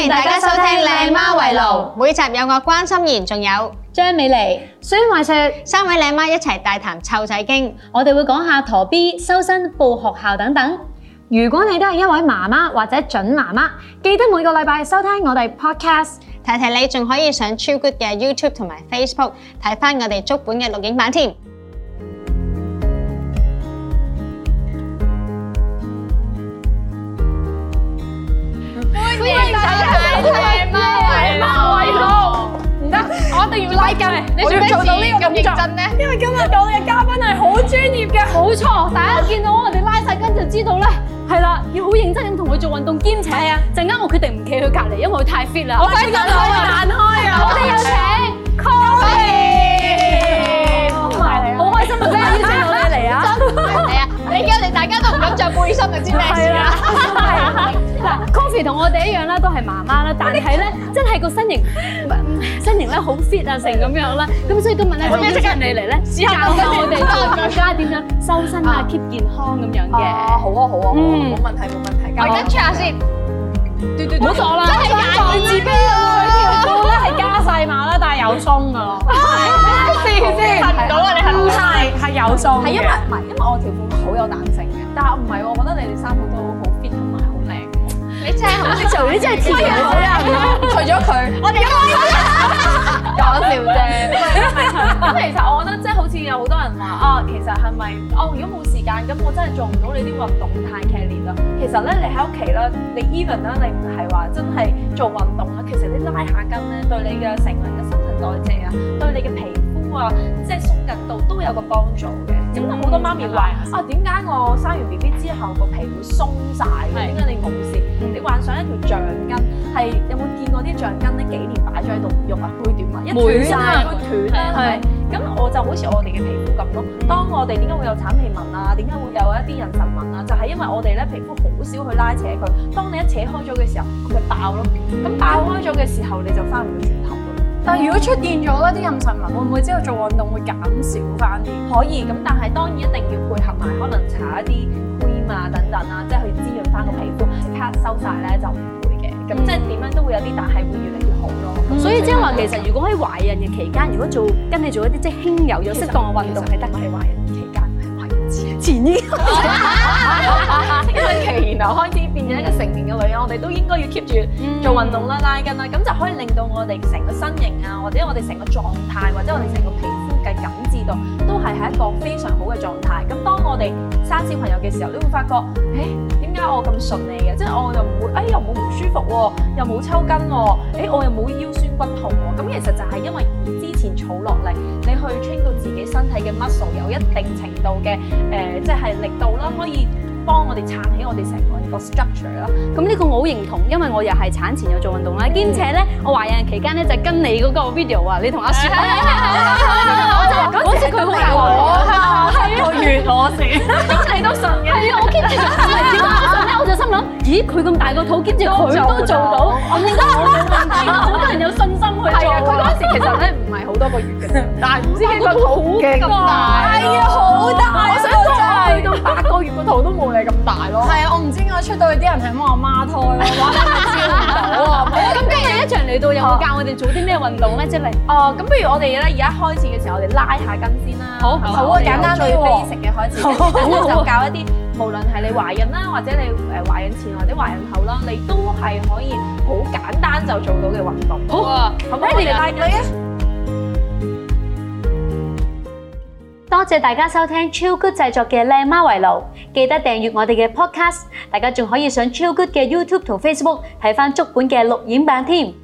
迎大家收聽《靚媽圍爐》，每集有我關心妍，仲有張美妮、孫慧雪，三位靚媽一齊大談湊仔經。我哋會講下陀 B、修身、報學校等等。如果你都係一位媽媽或者準媽媽，記得每個禮拜收聽我哋 podcast。提提你仲可以上超 good 嘅 YouTube 同埋 Facebook 睇翻我哋足本嘅錄影版添。歡迎大家收聽《媽媽圍爐》。唔得，我一定要拉筋。你做咩做到呢個動作咧？因為今日我嘅嘉賓係好專業嘅，冇錯。大家見到我哋拉晒筋就知道咧，係啦，要好認真咁同佢做運動兼且啊。陣間我決定唔企佢隔離，因為佢太 fit 啦。我快啲彈開，彈開啊！我哋有請 Cory，好開心啊！真係邀請我哋嚟啊！係啊，你叫我哋大家都唔敢着背心就知咩事係啊啦。啦，嗱，Coffee 同我哋一樣啦，都係媽媽啦，但係咧，真係個身形，唔身形咧好 fit 啊，成咁樣啦，咁所以今日咧，我邀請你嚟咧，教下我哋大家點樣修身啊，keep 健康咁樣嘅。啊，好啊，好啊，好啊嗯冇問題，冇問題。我而家 check 下先，嘟嘟唔好嘟，坐啦，真係眼自卑啊！條褲咧係加細碼啦，但係有鬆噶咯。咩事先？瞓唔到啦，你係唔係係有鬆係因為嘅。唔係因為我條褲好有彈性嘅，但係唔係喎，我覺得你哋三個都好 fit 同埋好靚。你真係好識做。你真係黐人好啊！除咗佢，我哋 講笑啫。咁其實我覺得即係好似有好多人話啊，其實係咪哦？如果冇時間，咁我真係做唔到你啲運動太劇烈啦。其實咧，你喺屋企啦，你 even 啦，你唔係話真係做運動啊啦，其實你拉下筋咧，對你嘅成個人嘅新陳代謝啊，對你嘅皮膚啊，即係鬆緊度都有個幫助嘅。咁但好多媽咪話啊，點解我生完 B B 之後個皮會鬆晒嘅？點解你冇事？你幻想一條橡筋係有冇見過啲橡筋咧幾年擺咗喺度唔喐啊，會斷啊，一斷晒會斷啦，係咪？咁我就好似我哋嘅皮膚咁咯。當我哋點解會有產氣紋啊？點解會有一啲妊娠紋啊？就係因為我哋咧皮膚好少去拉扯佢，當你一扯開咗嘅時候，佢咪爆咯。咁爆開咗嘅時候，你就翻唔到轉頭㗎啦。但係如果出現咗咧，啲妊娠紋會唔會之後做運動會減少翻啲？可以咁，但係當然一定要配合埋可能搽一啲 cream 啊等等啊，即係去滋潤翻個皮膚，即刻收晒咧就唔會嘅。咁即係點樣都會有啲，但係會越嚟越好咯。所所以以即即係係話話其其實實如果喺懷孕嘅期間，如果做跟你做一啲即係輕柔有適當嘅運動係得嘅。唔係懷孕期間，係懷孕前前呢個 因為期，然後開始變咗一個成年嘅女人，我哋都應該要 keep 住。做運動啦、拉筋啦，咁就可以令到我哋成個身形啊，或者我哋成個狀態，或者我哋成個皮膚嘅緊緻度，都係喺一個非常好嘅狀態。咁當我哋生小朋友嘅時候，你會發覺，誒點解我咁順利嘅？即係我又唔會，哎又冇唔舒服喎、又冇抽筋喎、誒我又冇腰酸骨痛喎、咁其實就係因為之前儲落嚟，你去 train 到自己身體嘅 muscle 有一定程度嘅誒、呃即係力度啦，可以幫我哋撐起我哋成個人個 structure 啊啦。咁呢個我好認同，因為我又係產前有做運動啦，兼且咧我懷孕期間咧就跟你嗰個 video 啊，你同阿雪， 我就嗰時佢好有我，係啊，月我死，咁你都信嘅， 係啊，我 keep 住做，因為點解我信咧？我就心諗，咦，佢咁大個肚 keep 住佢都做到， 我應該冇問題，好多人有信心去係做啊，佢啊嗰。時其實咧唔係好多個月嘅 啫，但係唔知幾個肚勁咁大係啊，好大，我想講去到八 個月個肚都冇你咁大咯。係啊，我唔知點解出到去啲人係咁話孖胎咯，咁今日一場嚟到有冇教我哋做啲咩運動咧？即係例哦，咁不如我哋咧而家開始嘅時候，我哋拉下筋先啦。好係嘛好啊我哋簡由單啲最喎 basic 嘅開始，好啊咁好啊就教一啲無論係你懷孕啦，或者你誒懷孕前或者懷孕後啦，你都係可以好簡單就做到嘅運動。好啊，好唔好？我哋拉筋。多謝大家收聽超 good 製作嘅《靚媽圍爐》，記得訂閱我哋嘅 podcast，大家仲可以上超 good 嘅 YouTube 同 Facebook 睇翻足本嘅錄影版添。